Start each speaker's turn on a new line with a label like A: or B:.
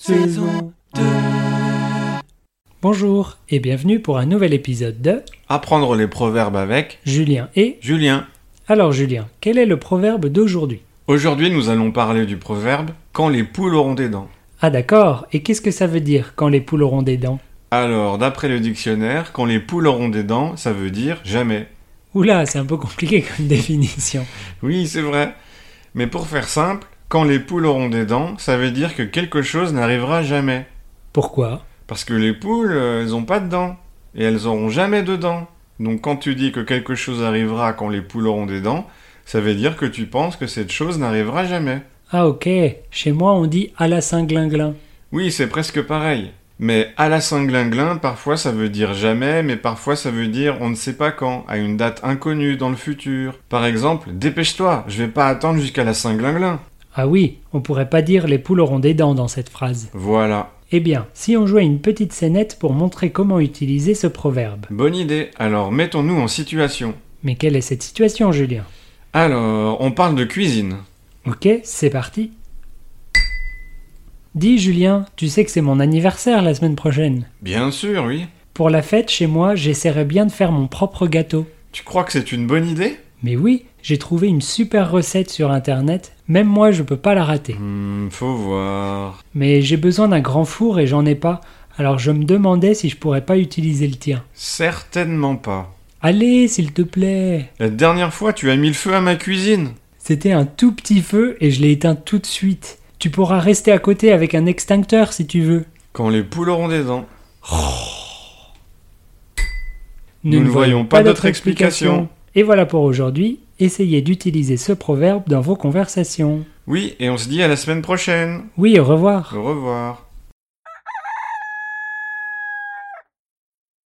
A: saison 2.
B: Bonjour et bienvenue pour un nouvel épisode de
A: Apprendre les proverbes avec
B: Julien et...
A: Julien.
B: Alors Julien, quel est le proverbe d'aujourd'hui
A: Aujourd'hui, nous allons parler du proverbe quand les poules auront des dents.
B: Ah d'accord, et qu'est-ce que ça veut dire quand les poules auront des dents
A: Alors, d'après le dictionnaire, quand les poules auront des dents, ça veut dire jamais.
B: Oula, c'est un peu compliqué comme définition.
A: Oui, c'est vrai. Mais pour faire simple, quand les poules auront des dents, ça veut dire que quelque chose n'arrivera jamais.
B: Pourquoi
A: Parce que les poules, euh, elles ont pas de dents. Et elles auront jamais de dents. Donc quand tu dis que quelque chose arrivera quand les poules auront des dents, ça veut dire que tu penses que cette chose n'arrivera jamais.
B: Ah ok, chez moi on dit à la Saint-Glinglin.
A: Oui, c'est presque pareil. Mais à la Saint-Glinglin, parfois ça veut dire jamais, mais parfois ça veut dire on ne sait pas quand, à une date inconnue dans le futur. Par exemple, dépêche-toi, je vais pas attendre jusqu'à la Saint-Glinglin.
B: Ah oui, on pourrait pas dire les poules auront des dents dans cette phrase.
A: Voilà.
B: Eh bien, si on jouait une petite scénette pour montrer comment utiliser ce proverbe.
A: Bonne idée. Alors mettons-nous en situation.
B: Mais quelle est cette situation, Julien
A: Alors, on parle de cuisine.
B: Ok, c'est parti. Dis Julien, tu sais que c'est mon anniversaire la semaine prochaine.
A: Bien sûr, oui.
B: Pour la fête chez moi, j'essaierai bien de faire mon propre gâteau.
A: Tu crois que c'est une bonne idée
B: Mais oui, j'ai trouvé une super recette sur internet, même moi je peux pas la rater.
A: Hmm, faut voir.
B: Mais j'ai besoin d'un grand four et j'en ai pas, alors je me demandais si je pourrais pas utiliser le tien.
A: Certainement pas.
B: Allez, s'il te plaît
A: La dernière fois, tu as mis le feu à ma cuisine.
B: C'était un tout petit feu et je l'ai éteint tout de suite. Tu pourras rester à côté avec un extincteur si tu veux.
A: Quand les poules auront des dents. Nous ne voyons pas d'autre explication.
B: Et voilà pour aujourd'hui, essayez d'utiliser ce proverbe dans vos conversations.
A: Oui, et on se dit à la semaine prochaine.
B: Oui, au revoir.
A: Au revoir.